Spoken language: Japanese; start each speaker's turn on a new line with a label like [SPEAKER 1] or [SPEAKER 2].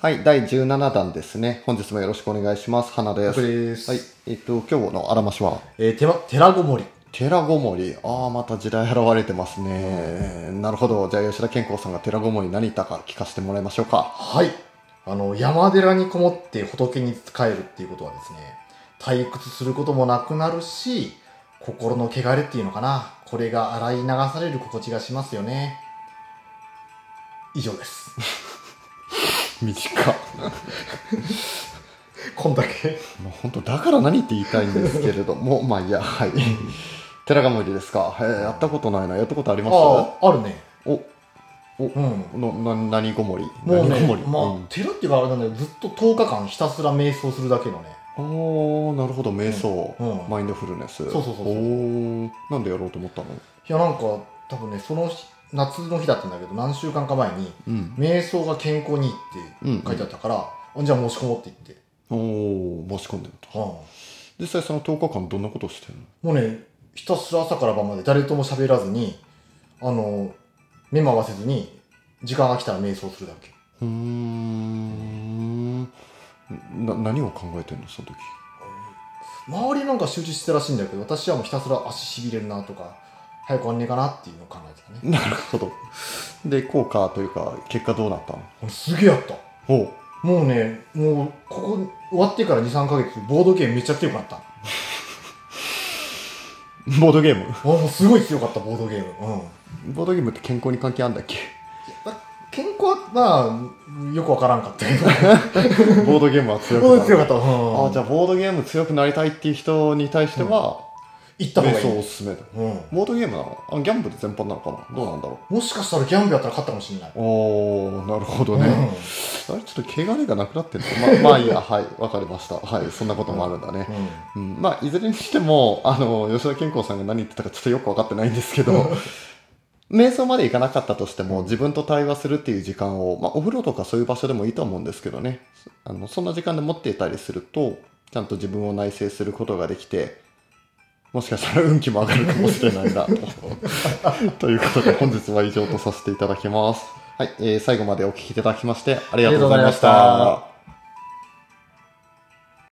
[SPEAKER 1] はい、第17弾ですね。本日もよろしくお願いします。花です。
[SPEAKER 2] 僕です
[SPEAKER 1] はい、えっと、今日のあらましは、
[SPEAKER 2] えー、てま、寺ごもり。
[SPEAKER 1] 寺ごもり。ああ、また時代現れてますね。なるほど。じゃあ、吉田健康さんが寺ごもり何言ったか聞かせてもらいましょうか。
[SPEAKER 2] はい。あの、山寺にこもって仏に仕えるっていうことはですね、退屈することもなくなるし、心の汚れっていうのかな。これが洗い流される心地がしますよね。以上です。
[SPEAKER 1] 短っ。
[SPEAKER 2] こんだけ。
[SPEAKER 1] もう本当だから何って言いたいんですけれど もまあいいやはい寺がもりですか、えーやったことないなやったことあ ります
[SPEAKER 2] ああ、あるね。
[SPEAKER 1] お
[SPEAKER 2] うん。
[SPEAKER 1] のな何ごもり
[SPEAKER 2] もうね
[SPEAKER 1] 何ごもり、、
[SPEAKER 2] まあ、
[SPEAKER 1] うん
[SPEAKER 2] 寺っていうかあれなんだよ。ずっと10日間ひたすら瞑想するだけのね。
[SPEAKER 1] あーなるほど瞑想、
[SPEAKER 2] うんうん
[SPEAKER 1] マインドフルネス
[SPEAKER 2] そうそうそうそう
[SPEAKER 1] おーなんでやろうと思ったの
[SPEAKER 2] いや、なんか、多分ね、その日夏の日だったんだけど、何週間か前に、
[SPEAKER 1] うん
[SPEAKER 2] 瞑想が健康にいいって書いてあったから、あじゃあ申し込もうって言って、
[SPEAKER 1] おお申し込んでると
[SPEAKER 2] も
[SPEAKER 1] 実際その10日間どんなことしてる
[SPEAKER 2] うねひたすら朝から晩まで誰とも喋らずにあの目も合わせずに時間が来たら瞑想するだけ
[SPEAKER 1] のうーんな何を考えてるのその時
[SPEAKER 2] 周りなんか集中してたらしいんだけど私はもうひたすら足しびれるなとか早く終わんねえかなっていうのを考えてた
[SPEAKER 1] な
[SPEAKER 2] ね
[SPEAKER 1] るほどで効果というか結果どうなったの
[SPEAKER 2] 俺すげえやった
[SPEAKER 1] おう
[SPEAKER 2] もうねもうここ終わってから23ヶ月ボードゲームめっちゃ強くなったあ
[SPEAKER 1] ボードゲーム
[SPEAKER 2] もうすごい強かったボードゲームうん
[SPEAKER 1] ボードゲームって健康に関係あんだっけ
[SPEAKER 2] 健康はまあよくわからんかったけど
[SPEAKER 1] ボードゲームは強く
[SPEAKER 2] う
[SPEAKER 1] なる
[SPEAKER 2] ん強かった。うん
[SPEAKER 1] あじゃあボードゲーム強くなりたいっていう人に対しては、
[SPEAKER 2] 行った方
[SPEAKER 1] 瞑
[SPEAKER 2] がい
[SPEAKER 1] 想
[SPEAKER 2] い。
[SPEAKER 1] おすすめだ
[SPEAKER 2] うん。
[SPEAKER 1] ボードゲームなのあギャンブル全般なのかなどうなんだろ。
[SPEAKER 2] もしかしたらギャンブルやったら勝ったかもしれないう
[SPEAKER 1] おーなるほど
[SPEAKER 2] うん
[SPEAKER 1] ね、あれちょっと汚れがなくなってるのままあいいやはいわかりましたはいそんなこともあるんだね、
[SPEAKER 2] うん
[SPEAKER 1] うんまあいずれにしてもあの吉田健康さんが何言ってたかちょっとよく分かってないんですけど 瞑想までいかなかったとしても自分と対話するっていう時間を、まあ、お風呂とかそういう場所でもいいと思うんですけどねあのそんな時間で持っていたりするとちゃんと自分を内省することができてもしかしたら運気も上がるかもしれない なとということで本日は以上とさせていただきます、はいえー最後までお聞きいただきましてありがとうございまし
[SPEAKER 2] ありがとうございました